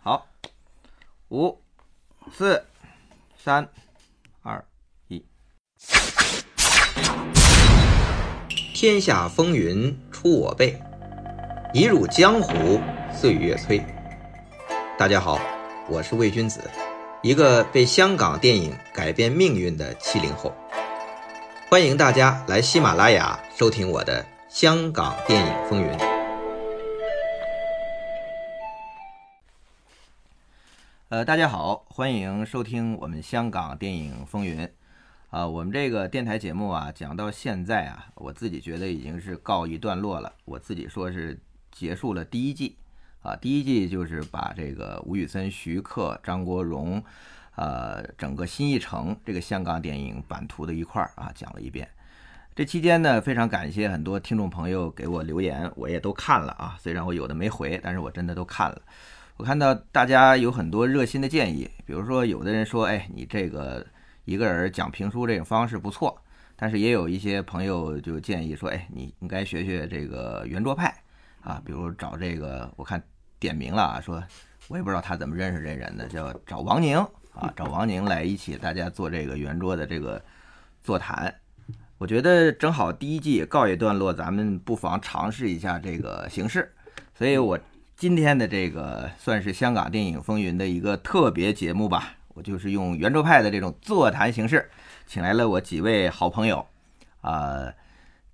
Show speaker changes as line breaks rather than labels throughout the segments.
好，五、四、三、二、一。
天下风云出我辈，一入江湖岁月催。大家好，我是魏君子，一个被香港电影改变命运的七零后。欢迎大家来喜马拉雅收听我的《香港电影风云》。
呃，大家好，欢迎收听我们香港电影风云。啊、我们这个电台节目啊，讲到现在啊，我自己觉得已经是告一段落了。我自己说是结束了第一季啊，第一季就是把这个吴宇森、徐克、张国荣，呃，整个新艺城这个香港电影版图的一块儿啊讲了一遍。这期间呢，非常感谢很多听众朋友给我留言，我也都看了啊。虽然我有的没回，但是我真的都看了。我看到大家有很多热心的建议，比如说有的人说，哎，你这个一个人讲评书这种方式不错，但是也有一些朋友就建议说，哎，你应该学学这个圆桌派啊，比如找这个，我看点名了啊，说我也不知道他怎么认识这人的，叫找王宁啊，找王宁来一起大家做这个圆桌的这个座谈。我觉得正好第一季也告一段落，咱们不妨尝试一下这个形式，所以我今天的这个算是香港电影风云的一个特别节目吧，我就是用圆桌派的这种座谈形式，请来了我几位好朋友，啊、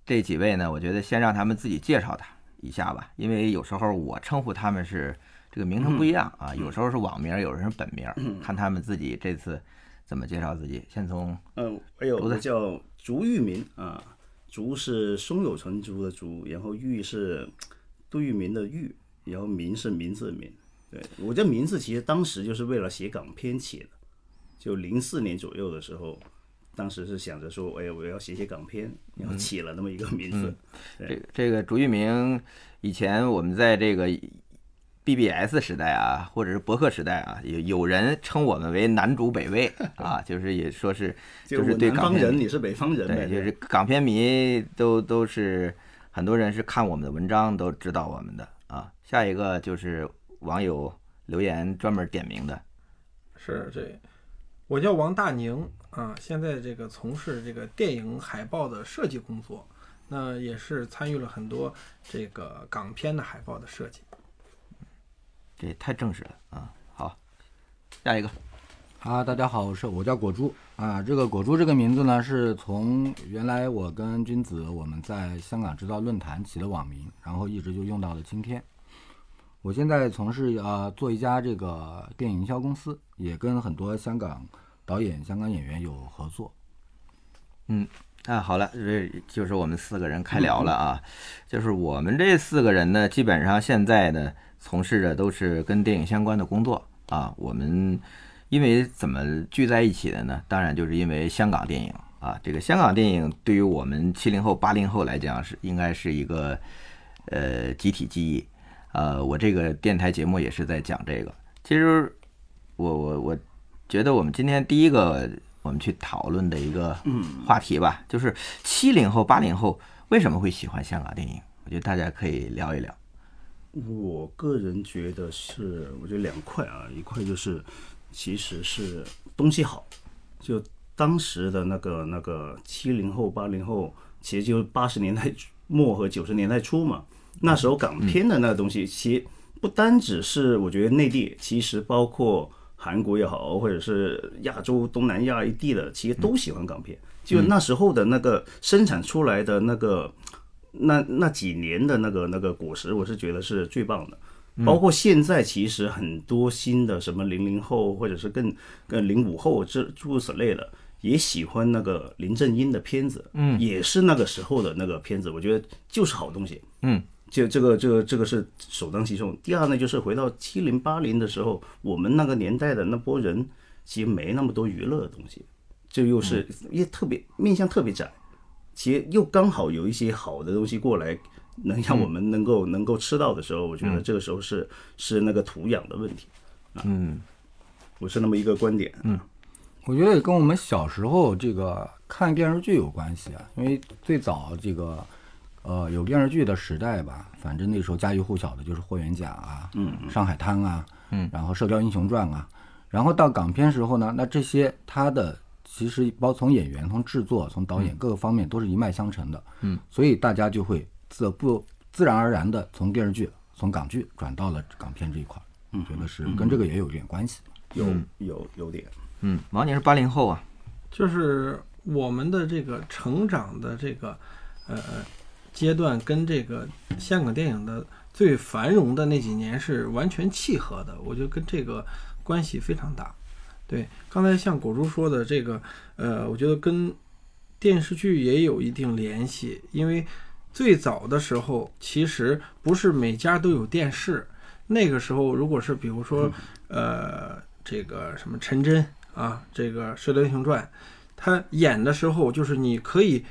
这几位呢，我觉得先让他们自己介绍他一下吧，因为有时候我称呼他们是这个名称不一样啊，有时候是网名，有时候是本名，看他们自己这次怎么介绍自己。先从
嗯，哎呦，我叫竹玉民啊，竹是胸有成竹的竹，然后玉是杜玉民的玉，然后民是民字的民。对我这名字其实当时就是为了写港片起的，就零四年左右的时候，当时是想着说，哎，我要写写港片，然后起了那么一个名
嗯
字。
这个这个竹玉明，以前我们在这个 BBS 时代啊，或者是博客时代啊，有有人称我们为南竹北魏啊，就是也说是
就
就是
我
对
南
港
方
片
人，
迷，
你是北方人呗，
对，就是港片迷都都是很多人是看我们的文章都知道我们的啊。下一个就是网友留言专门点名的，
是这，我叫王大宁啊，现在这个从事这个电影海报的设计工作，那也是参与了很多这个港片的海报的设计。
这也太正式了啊。好，下一个
啊，大家好，我是我叫果珠啊。这个果珠这个名字呢，是从原来我跟君子我们在香港制造论坛起的网名，然后一直就用到了今天。我现在从事呃做一家这个电影营销公司，也跟很多香港导演、香港演员有合作。
啊，好了，这就是我们四个人开聊了啊。就是我们这四个人呢，基本上现在呢，从事着都是跟电影相关的工作啊。我们因为怎么聚在一起的呢？当然就是因为香港电影啊。这个香港电影对于我们七零后、八零后来讲是应该是一个呃集体记忆。呃，我这个电台节目也是在讲这个。其实我我我觉得我们今天第一个我们去讨论的一个话题吧，就是七零后、八零后为什么会喜欢香港电影？我觉得大家可以聊一聊。
我个人觉得是，我觉得两块啊，一块就是其实是东西好，就当时的那个那个七零后、八零后，其实就八十年代末和九十年代初嘛，那时候港片的那个东西，其实不单只是我觉得内地，其实包括韩国也好，或者是亚洲东南亚一地的，其实都喜欢港片。就那时候的那个生产出来的那个那那几年的那个那个果实，我是觉得是最棒的。包括现在，其实很多新的什么零零后，或者是更更零五后这诸如此类的，也喜欢那个林正英的片子，嗯，也是那个时候的那个片子，我觉得就是好东西，
嗯，
就这个这个这个是首当其冲。第二呢，就是回到七零八零的时候，我们那个年代的那波人，其实没那么多娱乐的东西，这又是也特别面向特别窄，其实又刚好有一些好的东西过来，能
嗯
让我们能够、能够吃到的时候，我觉得这个时候是是那个土壤的问题。
嗯，
我是那么一个观点，嗯，
我觉得也跟我们小时候这个看电视剧有关系啊，因为最早这个呃有电视剧的时代吧，反正那时候家喻户晓的就是《霍元甲》啊，嗯，《上海滩》啊，
嗯，
然后《射雕英雄传》啊，然后到港片时候呢，那这些它的其实包从演员、从制作、从导演各个方面都是一脉相承的，
嗯，
所以大家就会自不自然而然的从电视剧、从港剧转到了港片这一块儿，嗯，觉得是跟这个也有一点关系。
有有有点，
嗯，毛宁是八零后啊，
就是我们的这个成长的这个呃阶段，跟这个香港电影的最繁荣的那几年是完全契合的，我觉得跟这个关系非常大。对，刚才像果珠说的这个，呃，我觉得跟电视剧也有一定联系，因为最早的时候其实不是每家都有电视，那个时候如果是比如说、呃这个什么陈真啊，这个《射雕英雄传》，他演的时候就是你可以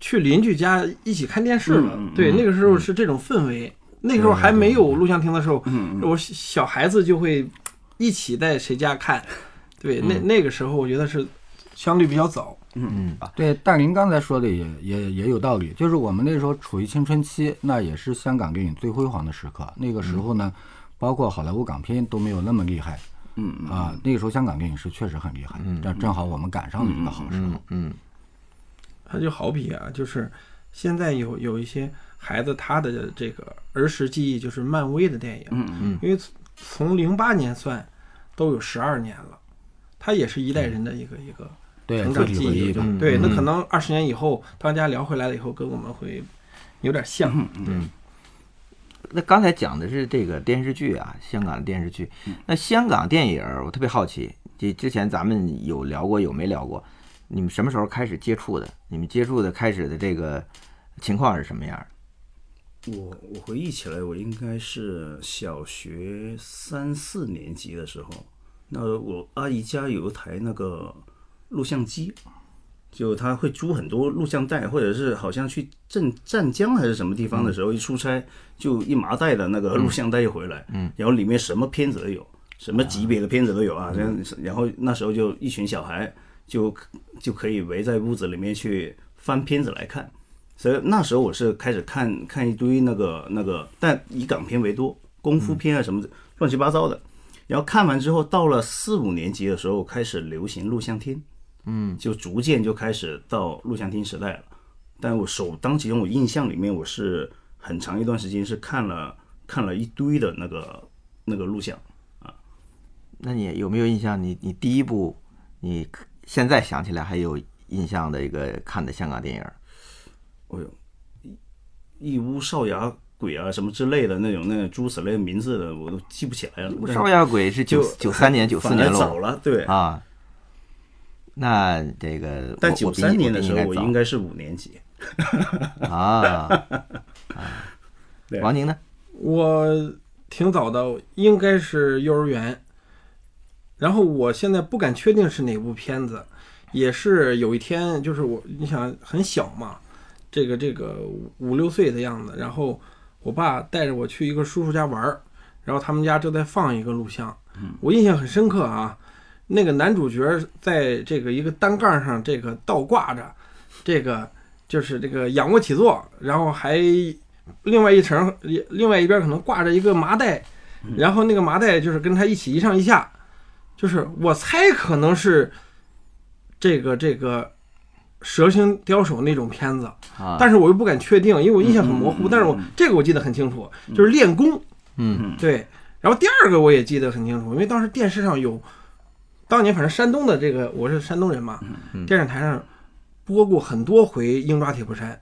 去邻居家一起看电视了，
嗯嗯
对，
嗯
那个时候是这种氛围。那个时候还没有录像厅的时候，
嗯
我小小孩子就会一起在谁家看，对，
嗯
那那个时候我觉得是相对比较早，
嗯啊，
对，大林刚才说的也也也有道理，就是我们那时候处于青春期，那也是香港电影最辉煌的时刻。那个时候呢，包括好莱坞港片都没有那么厉害
嗯嗯
啊。那个时候香港电影是确实很厉害，但正好我们赶上了这个好时候
嗯。嗯
它就好比啊，就是现在有有一些孩子他的这个儿时记忆就是漫威的电影，
嗯
因为从从零八年算都有十二年了，它也是一代人的一个一个
对，
成
集
长
体
记
回
忆嗯
忆
吧
吧。
对，那可能二十年以后，当大家聊回来了以后，跟我们会有点像。
那刚才讲的是这个电视剧啊，香港的电视剧。那香港电影儿，我特别好奇，这之前咱们有聊过，有没聊过？你们什么时候开始接触的？你们接触的开始的这个情况是什么样儿？
我我回忆起来，我应该是小学三四年级的时候，那我阿姨家有一台那个录像机，就她会租很多录像带，或者是好像去镇湛江还是什么地方的时候，一出差就一麻袋的那个录像带就回来，嗯，然后里面什么片子都有，什么级别的片子都有啊，然后然后那时候就一群小孩就就可以围在屋子里面去翻片子来看。所以那时候我是开始看看一堆那个那个，但以港片为多，功
嗯
夫片啊什么的，乱七八糟的。然后看完之后，到了四五年级的时候，开始流行录像厅，嗯，就逐渐就开始到录像厅时代了。但我首当其冲，我印象里面我是很长一段时间是看了看了一堆的那个那个录像，
那你有没有印象？你你第一部，你现在想起来还有印象的一个看的香港电影儿？
哎呦，一一屋少衙鬼啊什么之类的那种那种诸此类名字的我都记不起来了。但是
少亚鬼是九
就
九三年、九四
反
年
而
喽
早了，对
啊。那这个，
但
我
九
我比
三
你
年的时候，
我
我
比
应
你
该是五年级。
早啊啊。
对
王宁呢？
我挺早的，应该是幼儿园。然后我现在不敢确定是哪部片子，也是有一天，就是我你想很小嘛，这个这个五五六岁的样子，然后我爸带着我去一个叔叔家玩儿，然后他们家正在放一个录像，我印象很深刻啊。那个男主角在这个一个单杠上这个倒挂着，这个就是这个仰卧起坐，然后还另外一层，另外一边可能挂着一个麻袋，
嗯
然后那个麻袋就是跟他一起一上一下，就是我猜可能是这个这个蛇形刁手那种片子，
啊，
但是我又不敢确定，因为我印象很模糊，但是我这个我记得很清楚，就是练功，
嗯
对。然后第二个我也记得很清楚，因为当时电视上有，当年反正山东的这个我是山东人嘛，
嗯
电视台上播过很多回《鹰抓铁布衫》，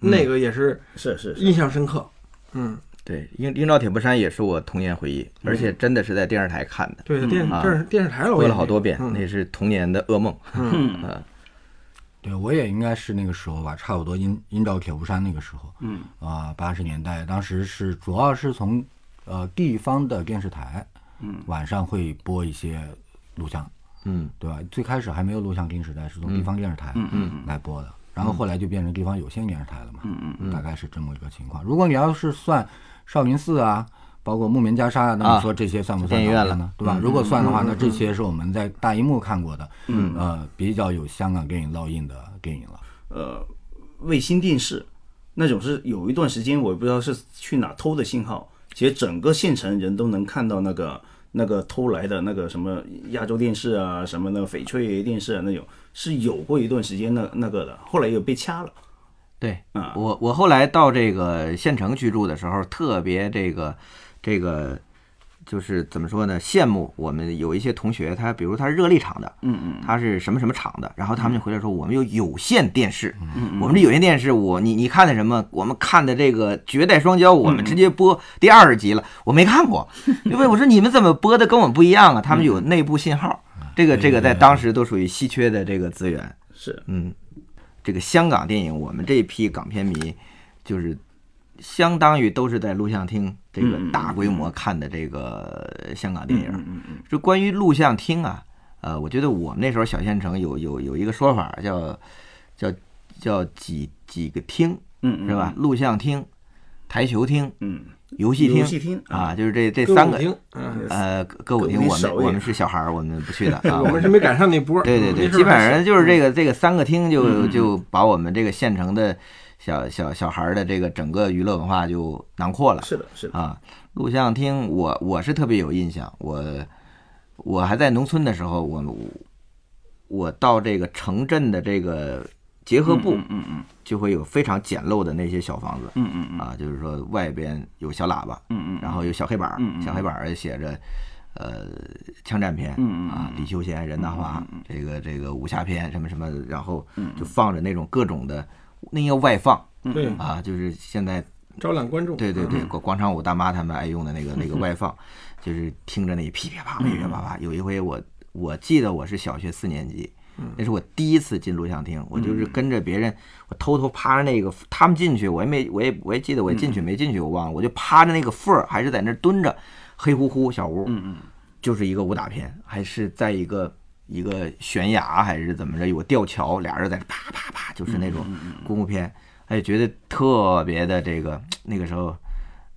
嗯
那个也是
是是是，
印象深刻。嗯，
对，鹰鹰照铁布衫也是我童年回忆，
嗯
而且真的是在电视台看的，
对，电
啊
电视电视台老
播了
演
好
这
多
个
遍，
嗯
那是童年的噩梦。嗯，
对，我也应该是那个时候吧，差不多阴阴照铁布衫那个时候，
嗯
啊，八十年代，当时是主要是从呃地方的电视台，嗯，晚上会播一些录像，
嗯，
对吧？最开始还没有录像厅时代，是从地方电
嗯
视台
嗯
来播的，然后后来就变成地方有线电视台了嘛，嗯嗯，大概是这么一个情况。如果你要是算少林寺啊，包括木棉袈裟啊，那
啊
你说这些算不算
电影院
港片
了嗯
呢？对吧？如果算的话，那这些是我们在大荧幕看过的，嗯呃，比较有香港电影烙印的电影了。
呃，卫星电视那种是有一段时间我也不知道是去哪偷的信号，其实整个县城人都能看到那个那个偷来的那个什么亚洲电视啊，什么那个翡翠电视啊那种，是有过一段时间那那个的，后来又被掐了。
对
啊
我我后来到这个县城居住的时候，特别这个这个就是怎么说呢？羡慕我们有一些同学，他比如他是热力厂的，
嗯嗯
他是什么什么厂的，然后他们就回来说我们有有线电视，
嗯
我们这有线电视，我你你看的什么？我们看的这个《绝代双骄》，我们直接播第二十集了，我没看过，因为我说你们怎么播的跟我们不一样啊？他们有内部信号，这个这个在当时都属于稀缺的这个资源。
是
嗯，这个香港电影，我们这一批港片迷，就是相当于都是在录像厅这个
嗯嗯嗯
大规模看的这个香港电影。
嗯嗯嗯
就关于录像厅啊，呃，我觉得我们那时候小县城有有有一个说法叫叫叫几几个厅
嗯
是吧？？录像厅、台球厅、
嗯，
游戏厅
游戏厅
啊，，就是这这
歌舞
三个。
厅嗯，
呃，歌
歌
舞
舞
厅
厅
我
少
们
一
我
点
们是小孩儿，我们不 去的啊。
我们嗯是没赶上那波儿。
对对对，
那时候
基本
还
上
小
就是这个这个三个厅就
嗯嗯
就把我们这个县城的小小小孩儿的这个整个娱乐文化就囊括了
是的，是的，
啊。录像厅我我是特别有印象，我我还在农村的时候，我我到这个城镇的这个结合部
嗯，嗯嗯
就会有非常简陋的那些小房子
嗯嗯嗯
啊，就是说外边有小喇叭，
嗯嗯，
然后有小黑板儿
嗯嗯，嗯
小黑板儿写着，呃，枪战片，
嗯嗯
啊，李修贤、任达华，这个这个武侠片什么什么，然后
嗯
就放着那种各种的，那个外放
对
啊，就是现在
招揽观众。
对对
嗯
对，广广场舞大妈他们爱用的那个那个外放，就是听着那噼噼啪啪、噼噼啪啪。有一回我我记得我是小学四年级，那是我第一次进录像厅，我就是跟着别人，我偷偷趴着那个他们进去，我也没我也我也记得我进去没进去我忘了，我就趴着那个缝儿，还是在那儿蹲着，黑乎乎小屋，
嗯嗯
就是一个武打片，还是在一个一个悬崖还是怎么着，有吊桥，俩人在这啪啪啪，就是那种功夫片，哎，觉得特别的这个那个时候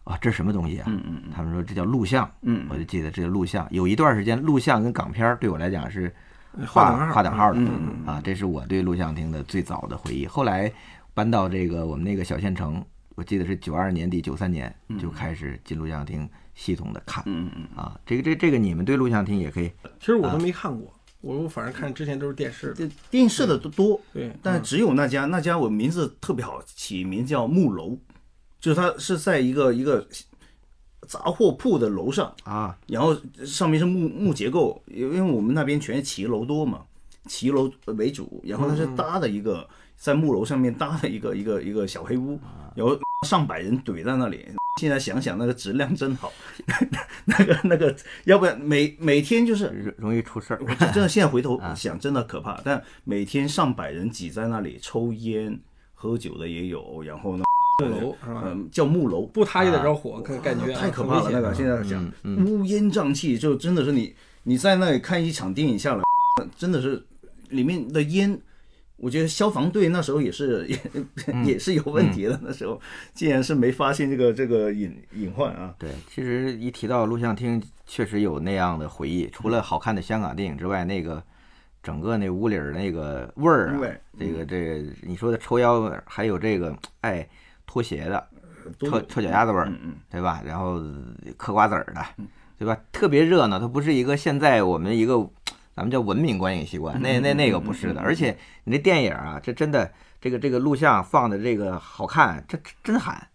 啊，这是什么东西啊？
嗯嗯
他们说这叫录像，
嗯
我就记得这叫录像。有一段时间，录像跟港片儿对我来讲是
嗯画等
等
号
画等号的、
嗯
啊，这是我对录像厅的最早的回忆。后来搬到这个我们那个小县城，我记得是九二年底九三年就开始进录像厅系统的看。
嗯嗯
啊，这个这这个你们对录像厅也可以，
嗯其实我
嗯
都没看过，我我反正看之前都是电视的。
嗯，电视的多，
对，嗯
但只有那家那家我名字特别好，起名叫木楼，就是它是在一个一个杂货铺的楼上，
啊，
然后上面是木木结构，因为我们那边全是骑楼多嘛，骑楼为主，然后它是搭的一个、在木楼上面搭的一个一个一个小黑屋，然后上百人怼在那里。现在想想那个质量真好， 那个那个，要不然每每天就是
容容易出事儿
我真真的现在 回头
啊
想，真的可怕。但每天上百人挤在那里抽烟、喝酒的也有，然后呢，
木楼是吧？
嗯，叫木楼，
不塌也得着火，感感觉啊
太可怕了。
很危
那
险
个现在讲
嗯嗯
乌烟瘴气，就真的是你你在那里看一场电影下来，真的是里面的烟。我觉得消防队那时候也是也
嗯
也是有问题的，那时候竟然是没发现这个这个隐隐患啊。
对，其实一提到录像厅，确实有那样的回忆。除了好看的香港电影之外，那个整个那屋里儿那个味儿啊
对，
这个这个你说的抽烟味儿，还有这个爱拖鞋的、
都
臭臭脚丫子味儿，
嗯嗯
对吧？然后嗑瓜子儿的，对吧？特别热闹，它不是一个现在我们一个咱们叫文明观影习惯，那那那个不是的。而且你这电影啊，这真的这个这个录像放的这个好看，这这真喊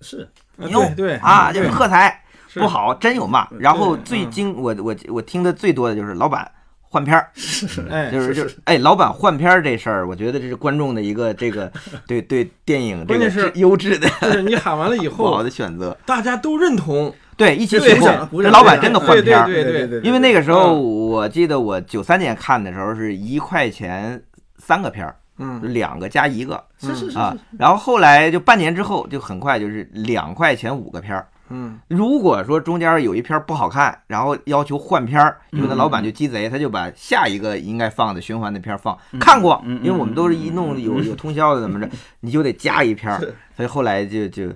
是
啊
牛
对对
啊，就
对
是喝彩
是
不好，真有骂。然后
对
最
嗯
惊我我我听的最多的就是老板换片儿，
哎，
就是就是哎，老板换片儿这事儿，我觉得这是观众的一个这 个对对电影这
关
个
键是
质优质的
就是你喊完了 以
不好
后，
的选择。
大家都认同，
对，一起
对
起
鼓
哄
掌，鼓
这
掌
老
鼓
板
掌
真的
对
换片儿。
对对
对对，
因为那个时候，
嗯
我记得我九三年看的时候是一块钱三个片儿，
嗯，
两个加一个
是是是
啊
是，
然后后来就半年之后，就很快就是两块钱五个片儿。
嗯，
如果说中间有一片儿不好看，然后要求换片儿，有的老板就鸡贼，他就把下一个应该放的循环的片儿放看过，嗯因为我们都是一弄有有通宵的怎么着，你就得加一片儿，所以后来就就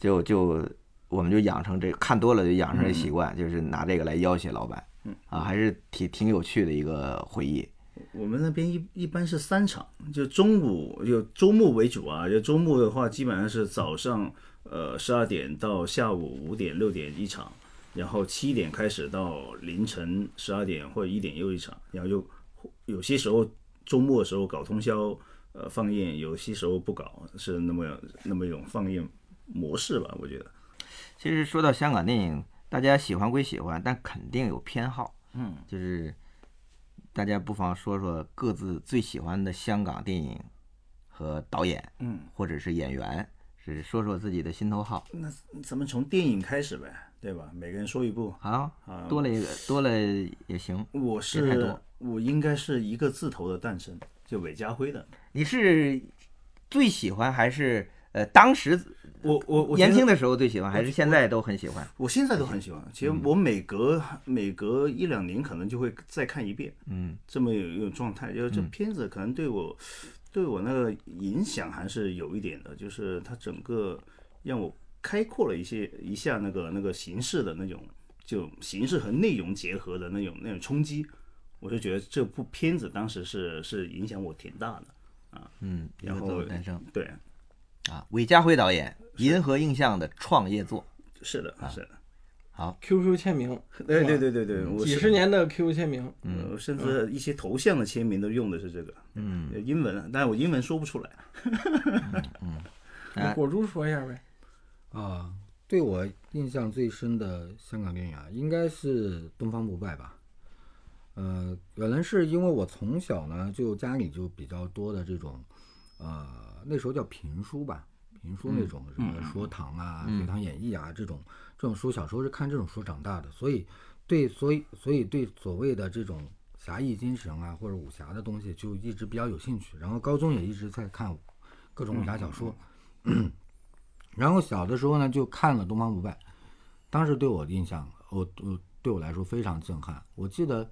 就就我们就养成这看多了就养成这习惯，就是拿这个来要挟老板，啊，还是挺挺有趣的一个回忆。
我们那边一一般是三场，就中午有周末为主啊，就周末的话基本上是早上呃十二点到下午五点六点一场，然后七点开始到凌晨十二点或者一点又一场，然后又有些时候周末的时候搞通宵呃放映，有些时候不搞，是那么那么一种放映模式吧，我觉得。
其实说到香港电影，大家喜欢归喜欢，但肯定有偏好。嗯，就是大家不妨说说各自最喜欢的香港电影和导演，
嗯，
或者是演员，是说说自己的心头好。
那咱们从电影开始呗，对吧？每个人说一部。
好，多了一
嗯
个，多了也行。
啊我
别太
是
多
我应该是一个字头的诞生，就韦家辉的。
你是最喜欢还是呃当时
我我我
年
觉得
轻的时候最喜欢，还是现在都很喜欢？
我现在都很喜欢。其实
嗯
我每隔、每隔一两年可能就会再看一遍，
嗯，
这么有一种状态。就是这片子可能对我、对我那个影响还是有一点的，就是它整个让我开阔了一些一下那个那个形式的那种，就形式和内容结合的那种那种冲击。我就觉得这部片子当时是是影响我挺大的，
嗯，
然后
一个自由诞生
对，
啊，韦家辉导演《银河映像》的创业作，
是的，是的，
QQ 签名，
对对对对对，我
几
是
十年的 QQ 签名，
呃，甚至一些头像的签名都用的是这个，嗯，英文啊，但是我英文说不出来。
哎
果珠说一下呗。
啊，对我印象最深的香港电影啊，应该是《东方不败》吧。呃，可能是因为我从小呢，就家里就比较多的这种，呃，那时候叫评书吧，评书那种什么《说堂》啊，《隋唐演义》啊这种这种书，小时候是看这种书长大的，所以对，所以所以对所谓的这种侠义精神啊或者武侠的东西，就一直比较有兴趣。然后高中也一直在看各种武侠小说， 然后小的时候呢，就看了《东方不败》，当时对我的印象，我我对我来说非常震撼。我记得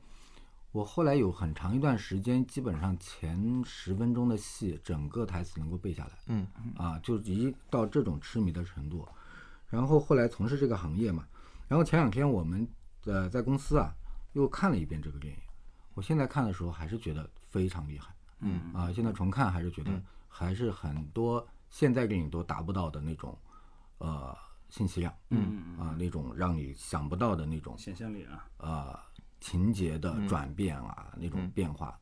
我后来有很长一段时间，基本上前十分钟的戏，整个台词能够背下来。
嗯，
啊，就已经到这种痴迷的程度。然后后来从事这个行业嘛，然后前两天我们呃在公司啊又看了一遍这个电影，我现在看的时候还是觉得非常厉害。嗯啊，现在重看还是觉得还是很多现在电影都达不到的那种呃信息量，嗯啊那种让你想不到的那种
想象力啊，
呃情节的
嗯
转变啊、那种变化，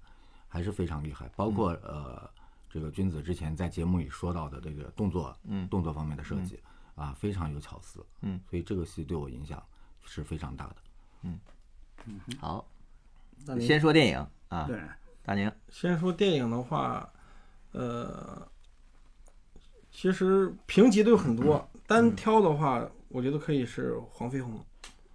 还是非常厉害。
嗯
包括呃这个君子之前在节目里说到的这个动作，嗯，动作方面的设计、啊，非常有巧思，
嗯，
所以这个戏对我影响是非常大的。
好，
嗯那您
先说电影啊，
对，
大宁，
先说电影的话，呃，其实评级都有很多，
嗯
单挑的话，我觉得可以是黄飞鸿，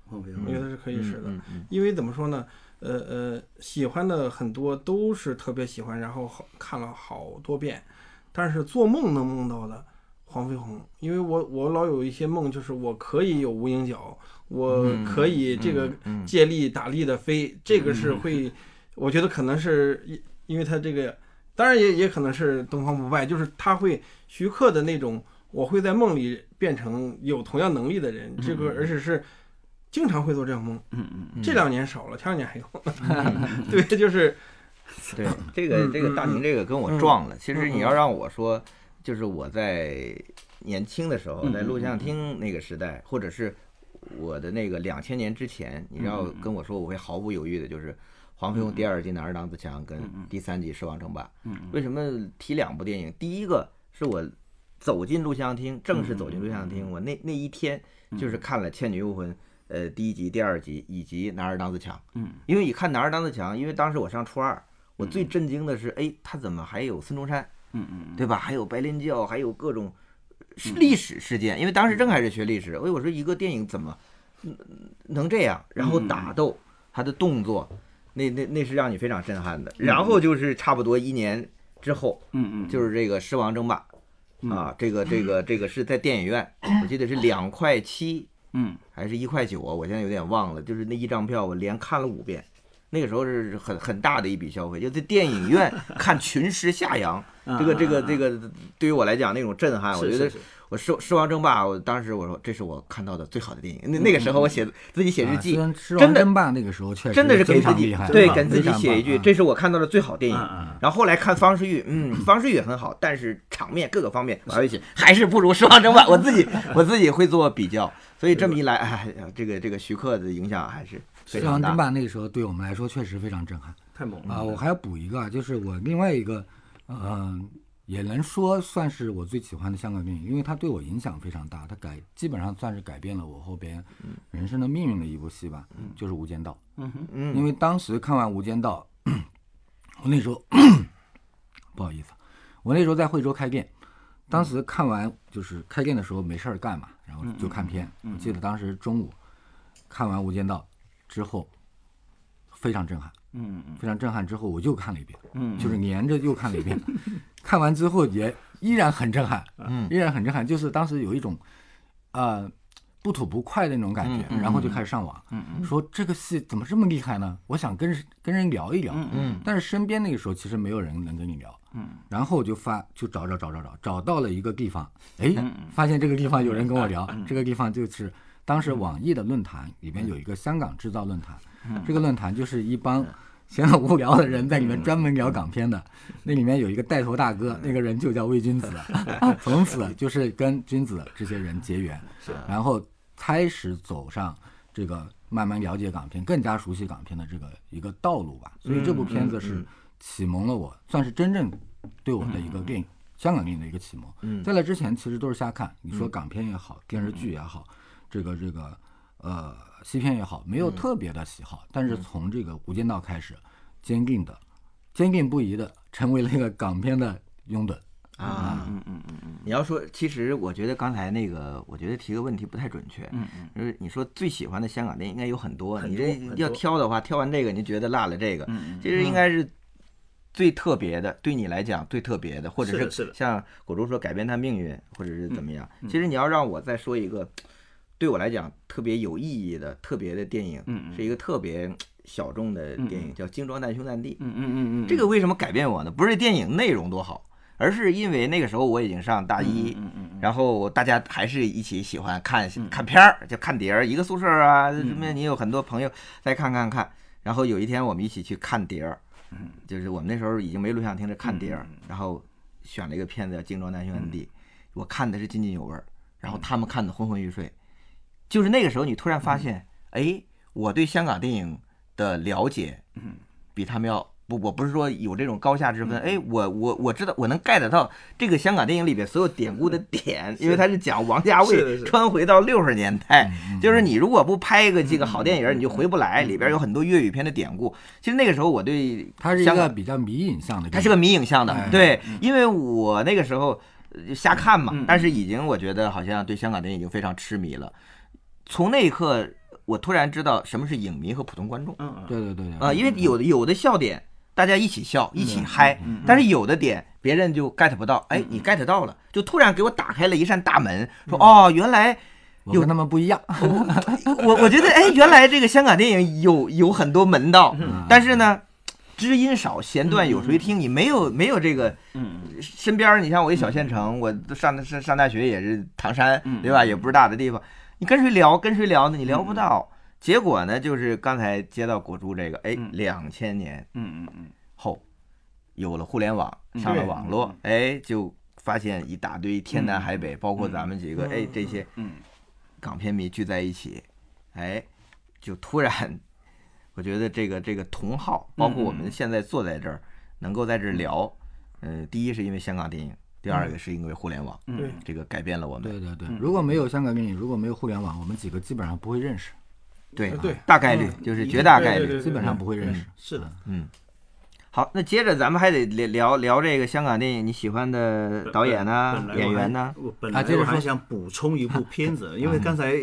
黄飞
我觉
鸿，
得是可以是的，
嗯嗯
因为怎么说呢，呃呃，喜欢的很多都是特别喜欢，然后好看了好多遍，但是做梦能梦到的黄飞鸿，因为我我老有一些梦，就是我可以有无影脚，我
嗯
可以这个
嗯
借力打力的飞，这个是会，我觉得可能是因因为他这个，当然也也可能是东方不败，就是他会徐克的那种。我会在梦里变成有同样能力的人，这个而且是经常会做这样梦，
嗯
这两年少了，前两年还有。 对，就是
对，这个
嗯
这个
嗯
大宁
嗯
这个跟我
嗯
撞了。其实
嗯
你
嗯
要让我说，就是我在年轻的时
嗯
候，在录像厅那个时代，或者是我的那个两千年之前，
嗯
你要跟我说，我会毫不犹豫的，就是黄飞鸿第二集《男儿当自强》跟
嗯
第三集《狮王争霸》。为什么提两部电影？第一个是我走进录像厅，正式走进录
嗯
像厅，我那那一天
嗯
就是看了《倩女幽魂》。呃，第一集、第二集以及《男儿当自强》，
嗯，
因为你看《男儿当自强》，因为当时我上初二，我最震惊的是，哎，他怎么还有孙中山，
嗯嗯
对吧？还有白莲教，还有各种是历史事件，因为当时正开始学历史，哎，我说一个电影怎么嗯能这样？然后
嗯
打斗，他的动作，那那那是让你非常震撼的。然后就是差不多一年之后，
嗯嗯，
就是这个《狮王争霸》啊，这个这个这个是在电影 院，我记得是两块七
嗯
还是一块九啊，我现在有点忘了，就是那一张票我连看了五遍。那个时候是很很大的一笔消费，就在电影
嗯
院看《群狮下扬》，这个这个这个，对于我来讲那种震撼，我
是
觉
是
得
是
我狮狮王争霸，我当时我说这是我看到的最好的电影。那那个时候我写自己写日记，
嗯啊狮
真
王
的
争霸那个时候确实
真的是给
非
自
常
己
厉害啊，
对给
真棒
自己
非常
写一
棒
句，
啊
这是我看到的最好电影。
嗯
然后后来看方世玉， 嗯，方世玉也很好，但是场面各个方面，我还会写，还是不如《狮王争 霸》。我自己我自己会做比较，所以这么一来，哎呀，这个这个徐克的影响还是非
啊
狮
常
王争
大。
霸那个时候对我们来说确实非常震撼
太猛了
啊！我还要补一个，啊，就是我另外一个，嗯、也能说算是我最喜欢的香港电影，因为它对我影响非常大，它改基本上算是改变了我后边人生的命运的一部戏吧，就是《无间道》。因
嗯，
为当时看完《无间道》，我那时候不好意思，我那时候在惠州开店，当时看完就是开店的时候没事儿干嘛，然后就看片。我记得当时中午看完《无间道》之后，非常震撼，
嗯嗯
非常震撼。之后我又看了一遍，
嗯
就是连着又看了一遍，看完之后也依然很震撼，
嗯
依然很震撼，就是当时有一种，呃，不吐不快的那种感觉，然后就开始上网，说这个戏怎么这么厉害呢？我想跟跟人聊一聊，
嗯
但是身边那个时候其实没有人能跟你聊，
嗯，
然后我就发就找找找找找，找到了一个地方，哎，发现这个地方有人跟我聊，这个地方就是当时网易的论坛里面有一个香港制造论坛，这个论坛就是一帮。闲得无聊的人在里面专门聊港片的，那里面有一个带头大哥，那个人就叫魏君子，呃从此就是跟君子这些人结缘，然后开始走上这个慢慢了解港片、更加熟悉港片的这个一个道路吧。所以这部片子是启蒙了我，算是真正对我的一个电影、香港电影的一个启蒙。
嗯
在那之前其实都是瞎看，你说港片也好，电视剧也好，这个这个呃西片也好，没有特别的喜好。但是从这个《无间道》开始，坚定的、坚定不移的成为了一个港片的拥趸。
啊，
嗯嗯嗯嗯
你要说，其实我觉得刚才那个，我觉得提个问题不太准确。
嗯嗯
就是你说最喜欢的香港电影应该有很多，
很
你
多
这
很
要
多
挑的话，挑完这个你觉得落了这个，
嗯
其实应该是最特别的，对你来讲最特别的，或
是
者
的是嗯的
像果竹说改变他命运，或者是怎么样。其实你要让我再说一个，对我来讲特别有意义的、特别的电影，
嗯嗯
是一个特别小众的电影，叫《精装难兄难弟》。
嗯嗯嗯，
这个为什么改变我呢？不是电影内容多好，而是因为那个时候我已经上大一，
嗯嗯
然后大家还是一起喜欢看看片儿，就看碟儿，一个宿舍啊，什
嗯
么你有很多朋友再看看看。然后有一天我们一起去看碟儿，就是我们那时候已经没录像厅了，看碟
嗯
儿，然后选了一个片子叫《精装男兄难弟》，我看的是津津有味儿，然后
嗯
他们看的昏昏欲睡。就是那个时候，你突然发现，哎，我对香港电影的了解，
嗯
比他们要不，我不是说有这种高下之分，哎，
嗯
我我我知道我能 get 到这个香港电影里边所有典故的 点，因为它是讲王家
是的
卫
是的
穿回到六十年代，就是你如果不拍个这个好电
嗯
影，你就回不来，里边有很多粤语片的典故。其实那个时候我对
它是一
香
个
港，
比较迷影像的电影，
它是个迷影像的
哎，
对，因为我那个时候呃瞎看
嗯
嘛，但是已经我觉得好像对香港电影已经非常痴迷了。从那一刻，我突然知道什么是影迷和普通观众。
嗯
对对对对
啊，因为有的有的笑点大家一起笑一
嗯
起嗨，但是有的点别人就 get 不到，哎，你 get 到了，就突然给我打开了一扇大门，说
嗯
哦，原来
我跟他们不
嗯
一样，
我我觉得哎，原来这个香港电影有有很多门道，
嗯
嗯
但是呢。知音少，弦断有谁听？你没有没有这个
嗯
身边儿，你像我一小县城，我上上上大学也是唐山，
嗯
对吧？也不是大的地方，你跟谁聊？跟谁聊呢？你聊不到。结果呢，就是刚才接到果珠这个，哎，两千年
嗯嗯
后，有了互联网，
嗯
上了
对
网络，哎，就发现一大堆天南海北，包括咱们几个，哎，这些
嗯
港片迷聚在一起，哎，就突然，我觉得这个这个同好，包括我
嗯
们现在坐在这儿，能够在这儿聊，嗯，第一是因为香港电影，第二个是因为互联网，
嗯，
这个改变了我们，
对对对，如果没有香港电影，如果没有互联网，我们几个基本上不会认识，
对啊
对
大概率
嗯
就是
一
绝
定
大
对
概
对
率
对对
基本上不会认识。
是的，
好，那接着咱们还得聊聊聊这个香港电影你喜欢的导演呢、演员呢？嗯
我本
啊
来
接着
我还
说
想补充一部片子，因为刚才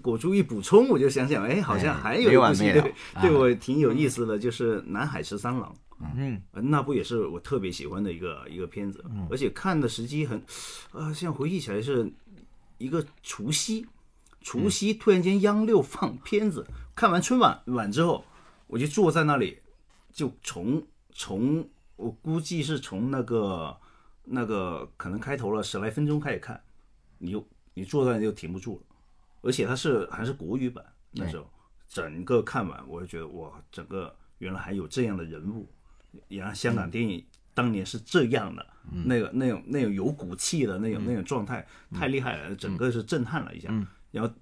果珠一补充，我就想想，哎，好像
哎
还有
没
一
完
部戏
没了哎
对对我挺有意思的，就是《南海十三郎》。
嗯，
呃那部也是我特别喜欢的一个一个片子，而且看的时机很，啊，现在回忆起来是一个除夕，除夕突然间央六放片子，看完春晚晚之后，我就坐在那里，就从从我估计是从那个那个可能开头了十来分钟开始看，你又你坐在那就停不住了，而且它是还是国语版，那时候整个看完，我就觉得哇，整个原来还有这样的人物，原来香港电影当年是这样的，那个那种那种有骨气的那种、那种状态，太厉害了，整个是震撼了一下，然后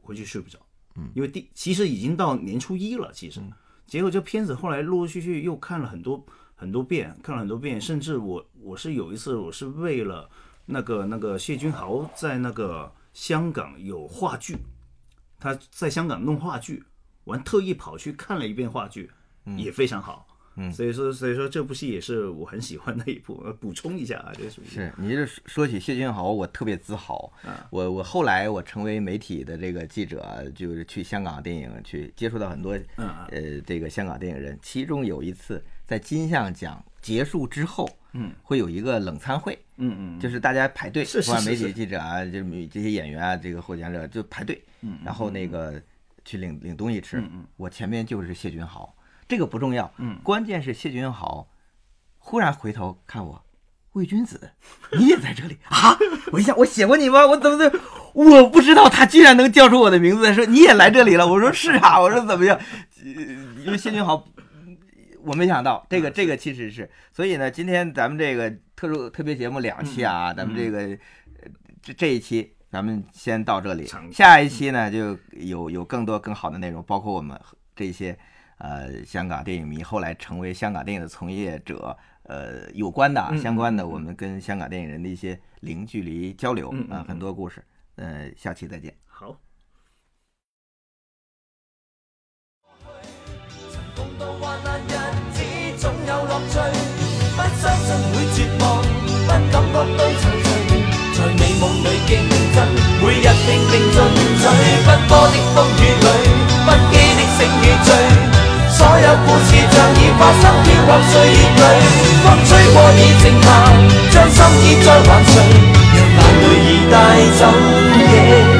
回去睡不着，
嗯
因为第其实已经到年初一了，其实，结果这片子后来陆陆续续又看了很多很多遍，看了很多遍，甚至我我是有一次我是为了那个那个谢君豪在那个香港有话剧，他在香港弄话剧，我还特意跑去看了一遍话剧，也非常好。嗯，所以说，所以说这部戏也是我很喜欢的一部。呃补充一下啊，这属于
是你这说起谢俊豪，我特别自豪。
嗯
我我后来我成为媒体的这个记者，就是去香港电影去接触到很
嗯
多呃这个香港电影人，其中有一次在金像奖结束之后，嗯，会有一个冷餐会，
嗯嗯，
就是大家排队，
是
不管
是
媒
是
体记者啊，这这些演员啊，这个获奖者就排队，
嗯
然后那个去领领东西吃。我前面就是谢君豪，这个不重
嗯
要，关键是谢君豪忽然回头看我，魏君子， 你也在这里啊！ 我一想，我写过你吗？我怎么的？我不知道他居然能叫出我的名字，说你也来这里了。我说是啊，我说怎么样？呃因为谢君豪我没想到这个这个其实是，所以呢，今天咱们这个特殊特别节目两期啊，咱们这个呃这这一期咱们先到这里
长，
下一期呢就有有更多更好的内容，包括我们这些呃香港电影迷后来成为香港电影的从业者。呃，有关的啊、
嗯
相关的，
嗯嗯
我们跟香港电影人的一些零距离交流
嗯嗯
啊、
嗯
很多故事。呃，下期再见。
好。
曾共度患难日子，总有乐趣。不相信会绝望，不感觉到憔悴。在美梦里竞争，每日拼命进取。奔波的风雨里，不羁的胜与醉。所有故事像已發生，飄泊歲月里，風吹過已靜下，將心意再還誰，讓眼淚已帶走夜。